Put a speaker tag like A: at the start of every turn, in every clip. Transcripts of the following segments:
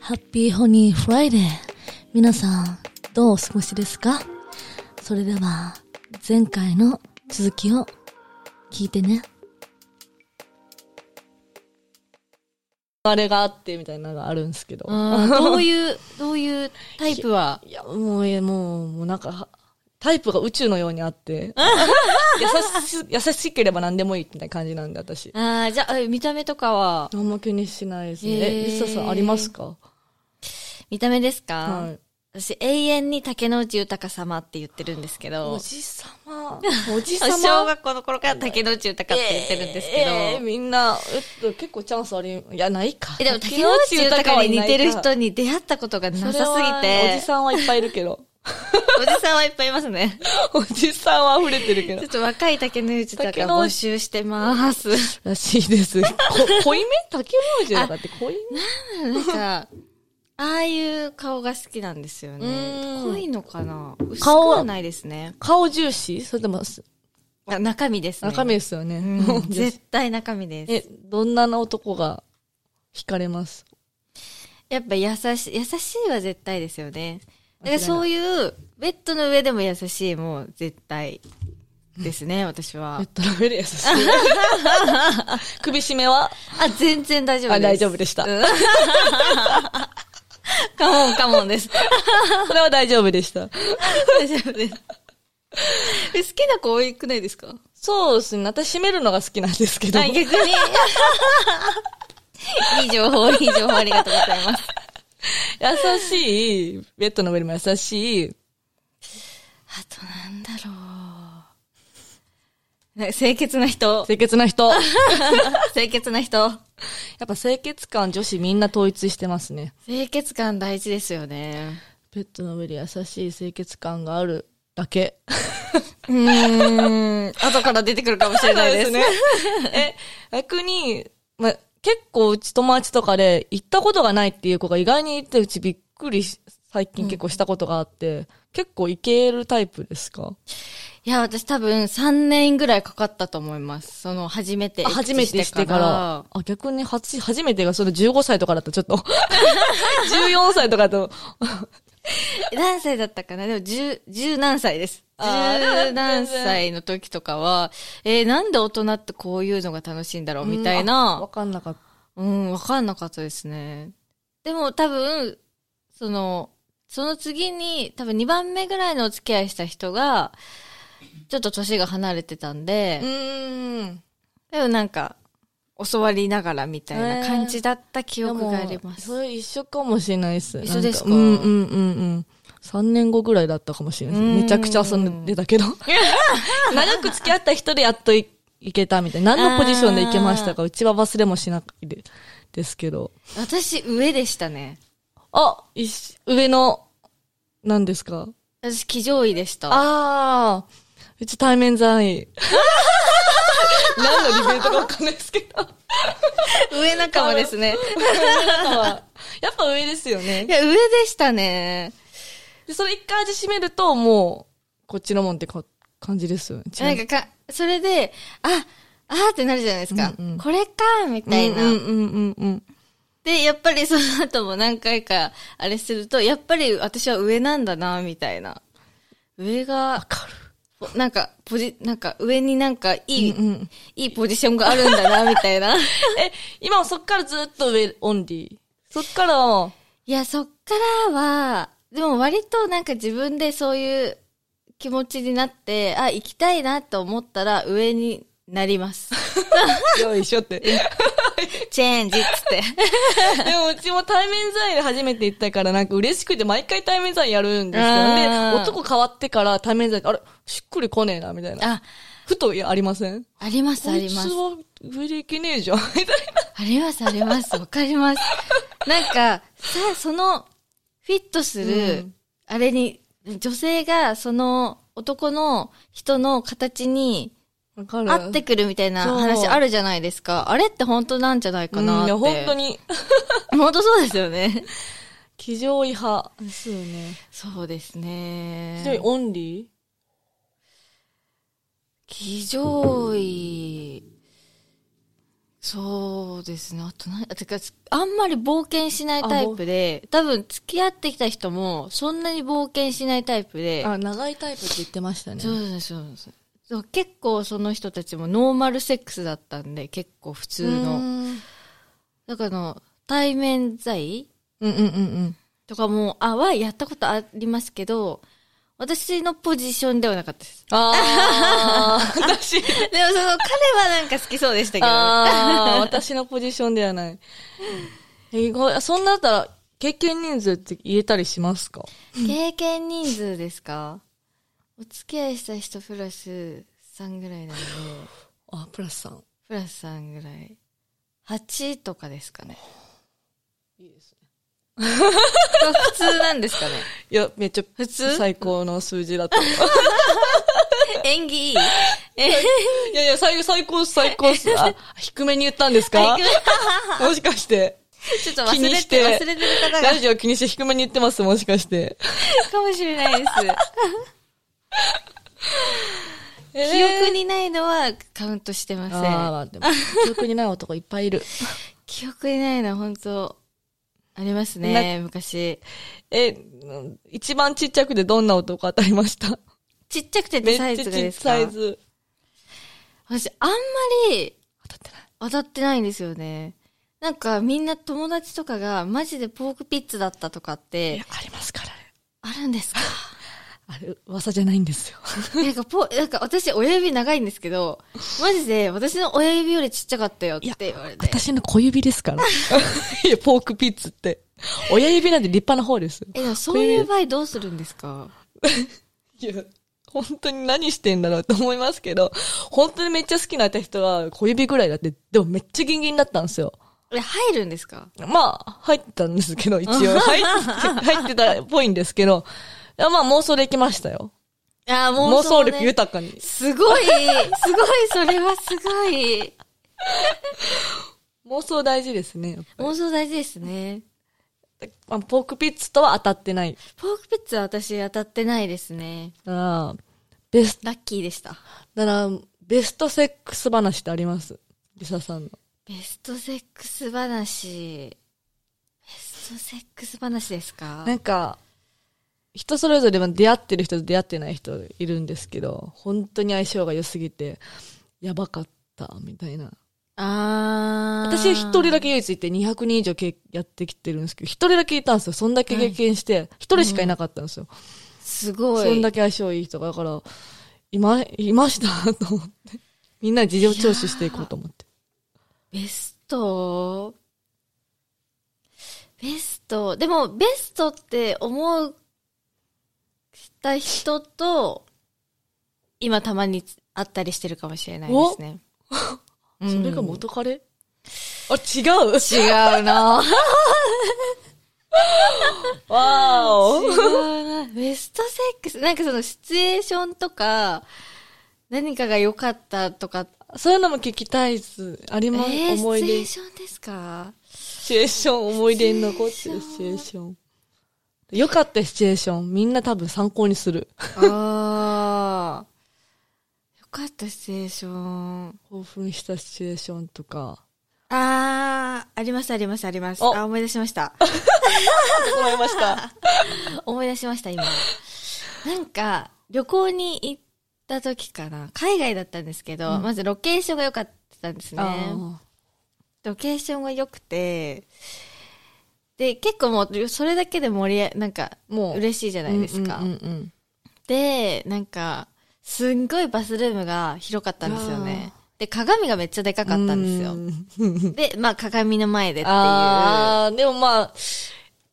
A: ハッピーホニーフライデー。皆さん、どうお過ごしですかそれでは、前回の続きを聞いてね。あれがあってみたいなのがあるんですけど。
B: あーどういう、どういうタイプはい
A: や、もう、いやもう、もうなんか、タイプが宇宙のように あって、優し、優しければ何でもいいみたいな感じなんで、私。
B: ああ、じゃあ、え見た目とかは、
A: あんま気にしないです
B: へ
A: ね。
B: ー
A: え、リサさんありますか
B: 見た目ですか、
A: はい。
B: 私、永遠に竹野内豊様って言ってるんですけど、
A: おじさま。おじさま。
B: 小学校の頃から竹野内豊って言ってるんですけど、
A: えーえーみんな、えっと、結構チャンスあり、いや、ないか。
B: えでも竹野内豊に似てる人
A: に
B: に出会ったことがなさすぎ
A: お
B: て
A: じ、さんはいっぱいいるけど。
B: おじさんはいっぱいいますね。
A: おじさんは溢れてる
B: ち
A: けど
B: ょっ。と若い竹野内豊
A: 竹野
B: 募
A: 内
B: 集してます。
A: らしいです。こ 濃いめ竹文字だって濃いめ
B: なんか、ああいう顔が好きなんですよね。
A: うん
B: 濃いのかな薄く
A: 顔
B: はないですね。
A: 顔重視それとも、
B: あ中身ですね。
A: 中身ですよね。
B: うん。絶対中身で
A: え
B: す。、
A: どんな男が惹かれます
B: やっぱ優しい、優しいは絶対ですよね。だから
A: 間違いない
B: そういう、ベッドの上でも優しいも絶対ですね、私
A: ベ
B: は
A: ッ。ドの上で優しい。 首絞めは
B: あ、全然大丈夫です。
A: あ、大丈夫でした。
B: うんカモンカモンです。
A: それは大丈夫でした。
B: 大丈夫です。え好きな子多くないですか
A: そうですね。私締めるのが好きなんですけど。
B: あ、逆に。 いい情報、いい情報ありがとうございます。
A: 優しい、ベッドの上でも優しい。
B: あとなんだろう。な清潔な人。
A: 清潔な人。や
B: 清潔な人。
A: っぱ清潔感女子みんな統一してますね。
B: 清潔感大事ですよね。
A: ベッドの上で優しい清潔感があるだけ。
B: うーん。後から出てくるかもしれないです。
A: ね。え、逆に、ま、結構うち友達とかで行ったことがないっていう子が意外にいてうちびっくりし最近結構したことがあって、結構行けるタイプですか
B: いや、私多分3年ぐらいかかったと思います。その、初めて。
A: あ初めてしてから。。あ、逆に初、初めてがその15歳とかだったらちょっと。14歳とかだと。
B: 何歳だったかなでも、十、十何歳です。
A: あーでも
B: 十何歳の時とかは、えーなんで大人ってこういうのが楽しいんだろうみたい
A: うんあわ
B: な、
A: かんなかった。
B: うん、わかんなかったですね。でも多分、その、その次に、多分2番目ぐらいのお付き合いした人が、ちょっと年が離れてたんで、
A: うん。
B: でもなんか、教わりながらみたいな感じだった記
A: で
B: 憶
A: も
B: があります。
A: それ一緒かもしれないです。
B: 一緒ですか
A: なんうんうんうんうん。3年後ぐらいだったかもしれないです。めちゃくちゃ遊んでたけど。 長く付き合った人でやっといいけたみたいな。何のポジションでいけましたかうちは忘れもしないでですけど。
B: 私、上でしたね。
A: あ、いし上の、何ですか
B: 私、騎乗位でした。
A: ああ、うち対面座 位。何のディベートかわかんないですけ ど。
B: 上仲間ですね。
A: やっぱ上ですよ ね
B: い。や、上でしたね。
A: で、それ一回味しめると、もう、こっちのもんってか感じですよね。
B: なんかか、それで、あ、あーってなるじゃないですか。
A: うんうん
B: これか、みたいな。
A: うんうんうんうん
B: で、やっぱりその後も何回か、あれすると、やっぱり私は上なんだな、みたいな。上が、
A: かる。
B: なんか、ポジ、なんか、上になんか、いい、
A: うんうん
B: いいポジションがあるんだな、み たいな。
A: え、今はそっからずっと上、オンリー。そっからは、
B: いや、そっからは、でも割となんか自分でそういう気持ちになって、あ、行きたいなと思ったら上になり ます。
A: よいしょ って。で
B: チェンジっつって。
A: もうちも対面座位で初めて行ったから、なんか嬉しくて毎回対面座位やるんです
B: あ
A: よ。で、
B: ー
A: 男変わってから対面座位で、あれ、しっくり来ねえな、みたいな。
B: あ、
A: ふと、いや、ありません
B: あります、ありま
A: こい
B: す
A: つ。は上で行けねえじゃん、みたい
B: あります、あります。わかります。なんか、さ、その、フィットする、
A: うん
B: あれに、女性がその男の人の形に
A: な。わかる
B: 合ってくるみたいな
A: そう
B: 話あるじゃないですか。あれって本当なんじゃないかなって。
A: うんいや、本当。 に。
B: 本当そうですよね。
A: 騎乗位派。ですよね。
B: そうです
A: 騎乗位
B: ね。
A: オンリー
B: 騎乗位、そうですね。あと何、てか、あんまり冒険しないタイプで、多分付き合ってきた人も、そんなに冒険しないタイプで、
A: あ、長いタイプって言ってましたね。
B: そうです、そうです。そう結構その人たちもノーマルセックスだったんで、結構普通
A: う
B: の。
A: ん
B: だからあの、対面在
A: うんうんうん
B: とかも、あ、はやったことありますけど、私のポジションではなかったです。
A: あー
B: で
A: 私、
B: もその、彼はなんか好きそうでしたけどね、
A: あー 私のポジションではない。え、ごそんなだったら、経験人数って言えたりしますか
B: 経験人数ですかお付き合いした人プラス3ぐらいなんで、
A: あ、プラスさん。
B: プラス3ぐらい。8とかですかね。
A: いいですね。
B: 普通なんです かね。
A: いや、めっちゃ
B: 普通
A: 最高の数字だった。 い
B: 演技いい
A: やいや、最最高っす、最高っす。あ、低めに言ったんですかもしかして。
B: ちょっと忘
A: 気に
B: れ、
A: してて
B: 忘れてる方が
A: ラジオ気にして低めに言ってます、もしかして。
B: かもしれないです。記憶にないのはカウントしてませ
A: あー
B: ん。
A: まあ、でも、 記憶にない男いっぱいいる。
B: 記憶にないのは本当ありますね、昔。
A: え、うん一番ちっちゃくてどんな男当たりました
B: ちっちゃくて
A: め
B: って
A: っち
B: サ
A: ゃ
B: イ
A: ち
B: ズ
A: っ
B: がです
A: ち
B: か
A: ゃい サイズ。
B: 私、あんまり
A: 当たってない。
B: 当たってないんですよね。なんかみんな友達とかがマジでポークピッツだったとかっ
A: い
B: て
A: や、ありますからね。
B: あるんですか
A: あれ、噂じゃないんですよ。
B: なんかポ、なんか私親指長いんですけど、マジで私の親指よりちっちゃかったよって言われて。
A: 私の小指ですから。 いや、ポークピッツって。親指なんて立派な方ですよ。
B: え、でもそういう場合どうするんですか
A: いや、本当に何してんだろうと思いますけど、本当にめっちゃ好きな人が小指ぐらいだって、でもめっちゃギンギンだったんですよ。
B: え、入るんですか
A: まあ、入ってたんですけど、一応。 入って入ってたっぽいんですけど、いやまあ妄想できましたよ。
B: ああ、
A: 妄想力豊かに。
B: すごい、すごい、それはすごい。
A: 妄想大事ですね。やっぱ
B: 妄想大事ですね。
A: りまあ、ポークピッツとは当たってない。
B: ポークピッツは私当たってないですね。
A: だから、ベスト、
B: ラッキーでした。
A: だから、ベストセックス話ってありますリサさんの。
B: ベストセックス話。ベストセックス話ですか
A: なんか、人それぞれまあ出会ってる人と出会ってない人いるんですけど、本当に相性が良すぎて、やばかった、みたいな。
B: あー
A: 私一人だけ唯一いて200人以上けやってきてるんですけど、一人だけいたんですよ。そんだけ経験して、一人しかいなかったんですよ。
B: すごい。
A: そんだけ相性いい人が、だから、いま、いましたと思って。みんなで事情聴取していこうと思って。
B: ベストベスト。でも、ベストって思う、した人と、今たまに会ったりしてるかもしれないですね。うん
A: それが元彼、あ、違う
B: 違うな 違
A: わー
B: うなベストセックス。なんかそのシチュエーションとか、何かが良かったとか、
A: おそういうのも聞きたいです。あり
B: え
A: ま
B: ー、
A: す、
B: シチ
A: 思い
B: ュエー
A: 出。
B: ションですか
A: シチュエーション、思い出に残ってるシチュエーション。良かったシチュエーション。みんな多分参考にする。
B: ああ。よかったシチュエーション。
A: 興奮したシチュエーションとか。
B: あー、ありますありますあります。
A: お
B: あ、思い出しま した。
A: 思いました。
B: 思い出しました、今。なんか、旅行に行った時かな。海外だったんですけど、
A: うん
B: まずロケーションが良かったんですね。
A: あ
B: ロケーションが良くて、で、結構もう、それだけで盛りあ、なんか、
A: ーもう。
B: 嬉しいじゃないですか。
A: うんうんうんうん
B: で、なんか、すんごいバスルームが広かったんですよね。で、鏡がめっちゃでかかったんですよ。
A: よ。
B: で、まあ、鏡の前でっていう。
A: ああ、でもまあ、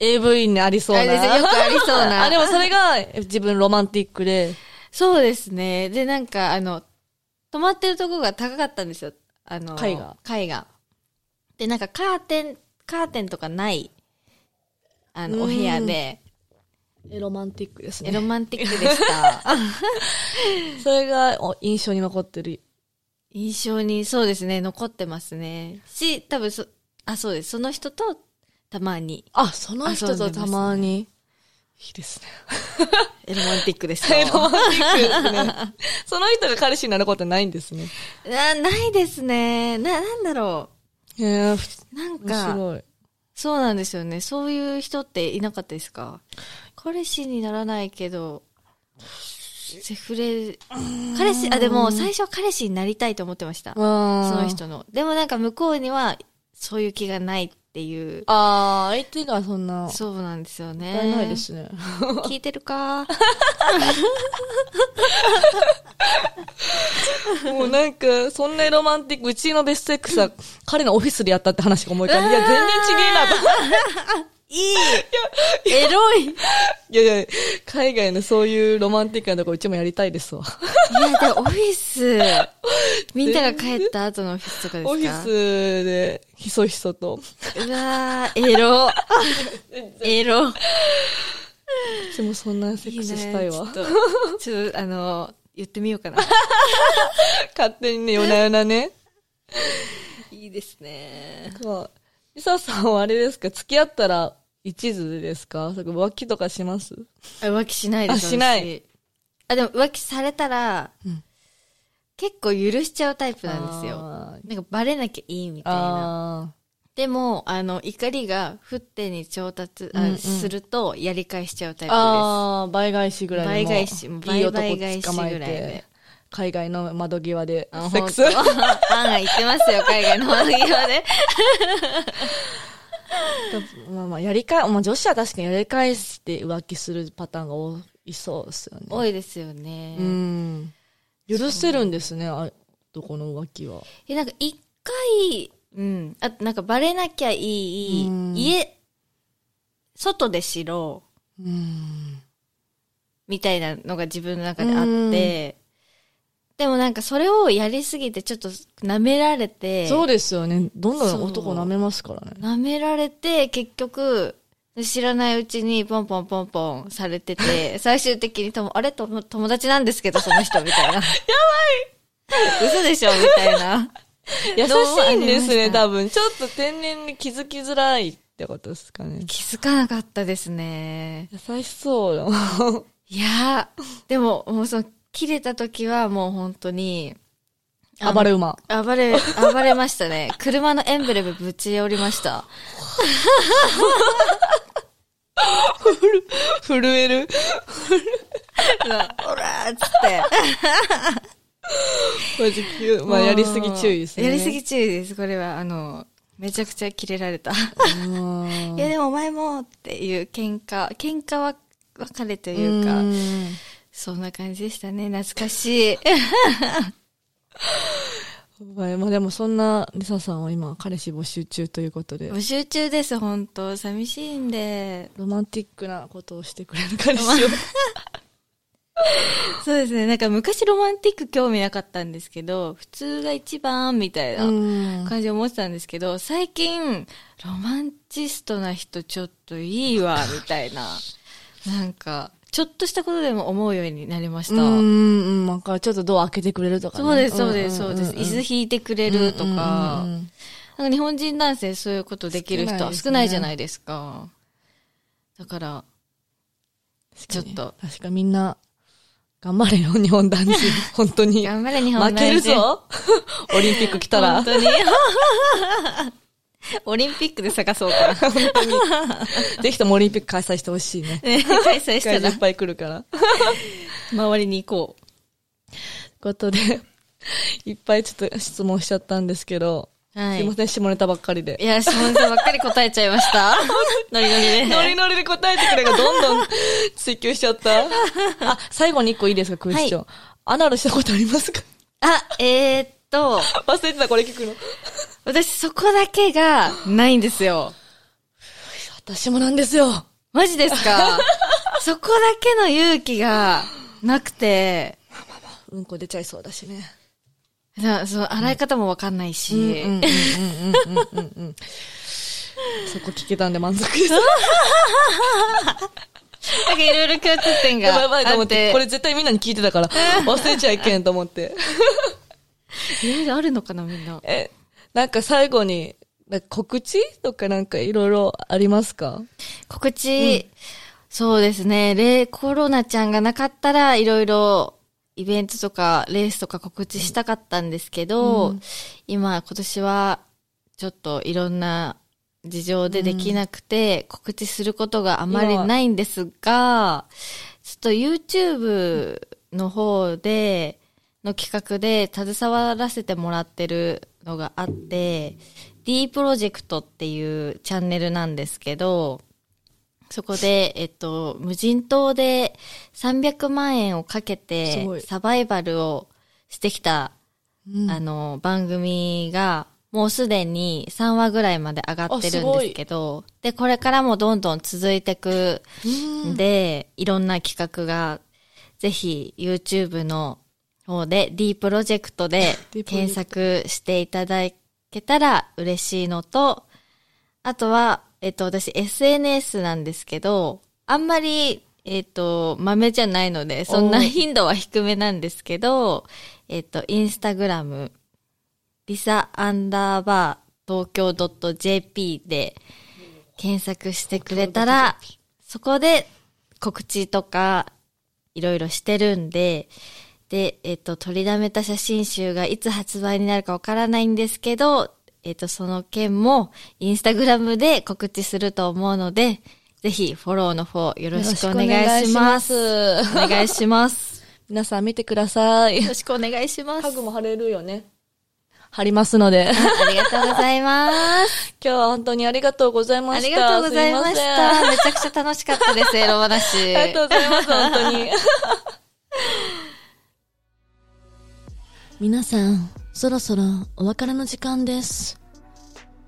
A: AV にありそうな。
B: あれですよよくありそうな
A: あ、でもそれが自分ロマンティックで。
B: そうですね。で、なんか、あの、泊まってるとこが高かったんですよ。あの、
A: 階が。
B: 階が。で、なんかカーテン、カーテンとかない、あ
A: うん
B: の、お部屋で、
A: エロマンティックです
B: ロマンティックでした。
A: それがお印象に残ってる。
B: 印象に、そうですね、残ってますね。し、多分そ、あ、そうです。その人と、たまに、
A: あ、その人とたまに。いいですね。
B: エロマンティックでし
A: エ ロマ
B: た。
A: ンティックです ね。その人が彼氏になることはないんですね。
B: な、ないですね。な、なんだろう。
A: へえ、
B: なん
A: 面
B: か、
A: 白い。
B: そうなんですよね。そういう人っていなかったですか彼氏にならないけど、セフレ、彼氏、あ、でも最初は彼氏になりたいと思ってました。そ
A: あー
B: の。人の。でもなんか向こうには、そういう気がないっていう。
A: ああ、相手がそんな、
B: そうなんですよね。
A: 絶対ないですね。
B: 聞いてるか
A: もうなんか、そんなロマンティック、うちのベストエックスは彼のオフィスでやったって話が思い浮かんで、いや、全然ちげえなと。
B: いいエロいい
A: いやいや、海外のそういうロマンティックなとこうちもやりたいですわ。
B: や、でもオフィス、みんなが帰った後のオフィスとかですか
A: オフィスで、ひそひそと。
B: うわー、エ ロ。エロ。
A: うちもそんなセックスしたいわ。
B: ねちょっと、ちょっと、あの、言ってみようかな。
A: 勝手にね、夜な夜なね。
B: いいですね。
A: まあ、リサさんはあれですか付き合ったら一途ですかそれか浮気とかします
B: 浮気しないです
A: あしない
B: 私あ、でも浮気されたら、
A: うん
B: 結構許しちゃうタイプなんですよ。
A: あー
B: なんかバレなきゃいいみたいな。
A: あ
B: でも、あの、怒りが振ってに調達、あ
A: うんうん
B: すると、やり返しちゃうタイ
A: ー。
B: プです。
A: あー倍返しぐらいの。
B: 倍返しも
A: いい男
B: 倍返し
A: 捕まえ
B: ぐらいで
A: て、海外の窓際で
B: あ
A: セックス。
B: 本当案外言ってますよ、海外の窓際で。
A: まあまあ、やりかまあ女子は確かにやり返して浮気するパターンが多いそうですよね。
B: 多いですよね。
A: うん。許せるんですね、あ男の浮気は。
B: え、なんか一回、うん。あとなんかバレなきゃいい、
A: うん
B: 家、外でしろ、
A: うん。
B: みたいなのが自分の中であって、でもなんかそれをやりすぎてちょっと舐められて、
A: そうですよね。どんど
B: そうん
A: 男舐めますからね。
B: 舐められて、結局、知らないうちにポンポンポンポンされて て、最終的にとも、あれとも友達なんですけど、その人、み たいな。やばい嘘でしょみたいな。
A: 優しいんですね、
B: どう
A: 多分。ちょっと天然に気づきづらいってことですかね。
B: 気づかなかったですね。
A: 優しそうだ。
B: いやー、でも、もうその、切れた時はもう本当に、あの
A: 暴れ馬。
B: 暴れ、暴れましたね。車のエンブレムぶち折りました。
A: 震える。
B: うわオラーっつって。
A: マジキュー まあ、やりすぎ注意ですね。
B: やりすぎ注意です。これは、あの、めちゃくちゃ切れられた。
A: うん。
B: いや、でもお前もっていう喧嘩。喧嘩は別れというか、
A: ん
B: そんな感じでしたね。懐か しい。
A: はいまあでもそんなリサさんは今彼氏募集中ということで
B: 募集中です、本当寂しいんで。
A: ロマンティックなことをしてくれる彼氏を
B: そうですね。なんか昔ロマンティック興味なかったんですけど、普通が一番みたいな
A: うん
B: 感じで思ってたんですけど、最近、ロマンチストな人ちょっといいわ、みたいな。なんか、ちょっとしたことでも思うようになりまし
A: う
B: た。
A: んうんなんかちょっとドア開けてくれるとかね
B: そうです、そうです、そうです。
A: んんん
B: 椅子引いてくれるとか
A: うんうんう。ん
B: なんか日本人男性そういうことできる人は少
A: 少
B: な
A: ないいですね
B: じゃないですか。だから、ちょっと
A: 確かに確かにみんな頑張れよ日本男 子本当に
B: 頑張れ日本
A: 負
B: 男性。
A: けるぞ オリンピック来たら
B: 本当に。 オリンピックで探そうかな。
A: ぜひともオリンピック開催してほしいね
B: ね開催し
A: 世界
B: た
A: 中
B: ら
A: いっぱい来るから
B: 周りに行こ
A: ということで、 いっぱいちょっと質問しちゃったんですけど、
B: う。は
A: すいま
B: い。
A: せん、下ネタばっかりで
B: い。や、質問さんばっかり答えちゃいました。 ノリノリで。
A: ノリノリで答えてくれがどんどん追求しちゃ った。あ、最後に一個いいですか、クエスチョン。アナルしたことありますか
B: あ、えー、っと、
A: 忘れてた、これ聞くの。
B: 私そこだけがないんですよ。
A: 私もなんですよ。
B: マジです かそこだけの勇気がなくて、
A: うんこ出ちゃいそうだしね。
B: なその洗い方もわかんない
A: うんうん
B: し、
A: うんうんうんうん。 そこ聞けたんで満足です。
B: なんかいろいろ共通点があって。
A: やばいと思って、これ絶対みんなに聞いてた から、忘れちゃいけんと思って。
B: いろいろあるのかな、みんな。
A: え、なんか最後に、なんか告知とかなんかいろいろありますか
B: 告知、そうですね、レコロナちゃんがなかったらいろいろイベントとかレースとか告知したかったんですけど、今、今年はちょっといろんな事情でできなくて、告知することがあまりないんですが、ちょっと YouTube の方で、の企画で携わらせてもらってるのがあって、D プロジェクトっていうチャンネルなんですけど、そこで、えっと、無人島で300万円をかけ
A: すご
B: て
A: い
B: サバイバルをしてきた
A: うん
B: あの、番組が、もうすでに3話ぐらいまで上がってるんですけど、で、これからもどんどん続いてく
A: うん
B: んで、いろんな企画が、ぜひ YouTube の方で D プロジェクトで
A: D プロジ
B: 検
A: ェク
B: 索していただけたら嬉しいのと、あとは、えっと、私 SNS なんですけど、あんまり、えっと、豆じゃないので、そんな
A: おー
B: 頻度は低めなんですけど、えっと、インスタグラム、リサアンダーバー東京 .jp で検索してくれたら、そこで告知とかいろいろしてるんで、で、えっと、取りだめた写真集がいつ発売になるかわからないんですけど、えっと、その件もインスタグラムで告知すると思うので、ぜひフォローの方よろしくお願いします。
A: よろしくお願い
B: お
A: します
B: 願いします。
A: 皆さん見てください
B: よ。ろしくお願いします。
A: 家具も貼れるよね。貼ります ので。
B: ありがとうございます。
A: 今日は本当にありがとうござい ま
B: あ
A: した。
B: りがとうございます
A: せん
B: した。めちゃくちゃ楽しかったです、エロ話。
A: ありがとうございます、本当に。皆さん、そろそろお別れの時間です。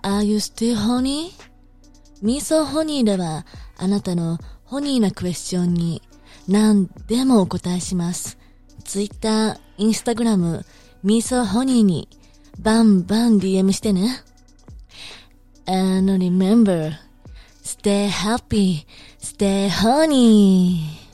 A: Are you still honey?Me so honey では、あなたのホニーなクエスチョンに何でもお答えします。Twitter、Instagram、Me so honey にバンバン DM してね。And remember, stay happy, stay honey.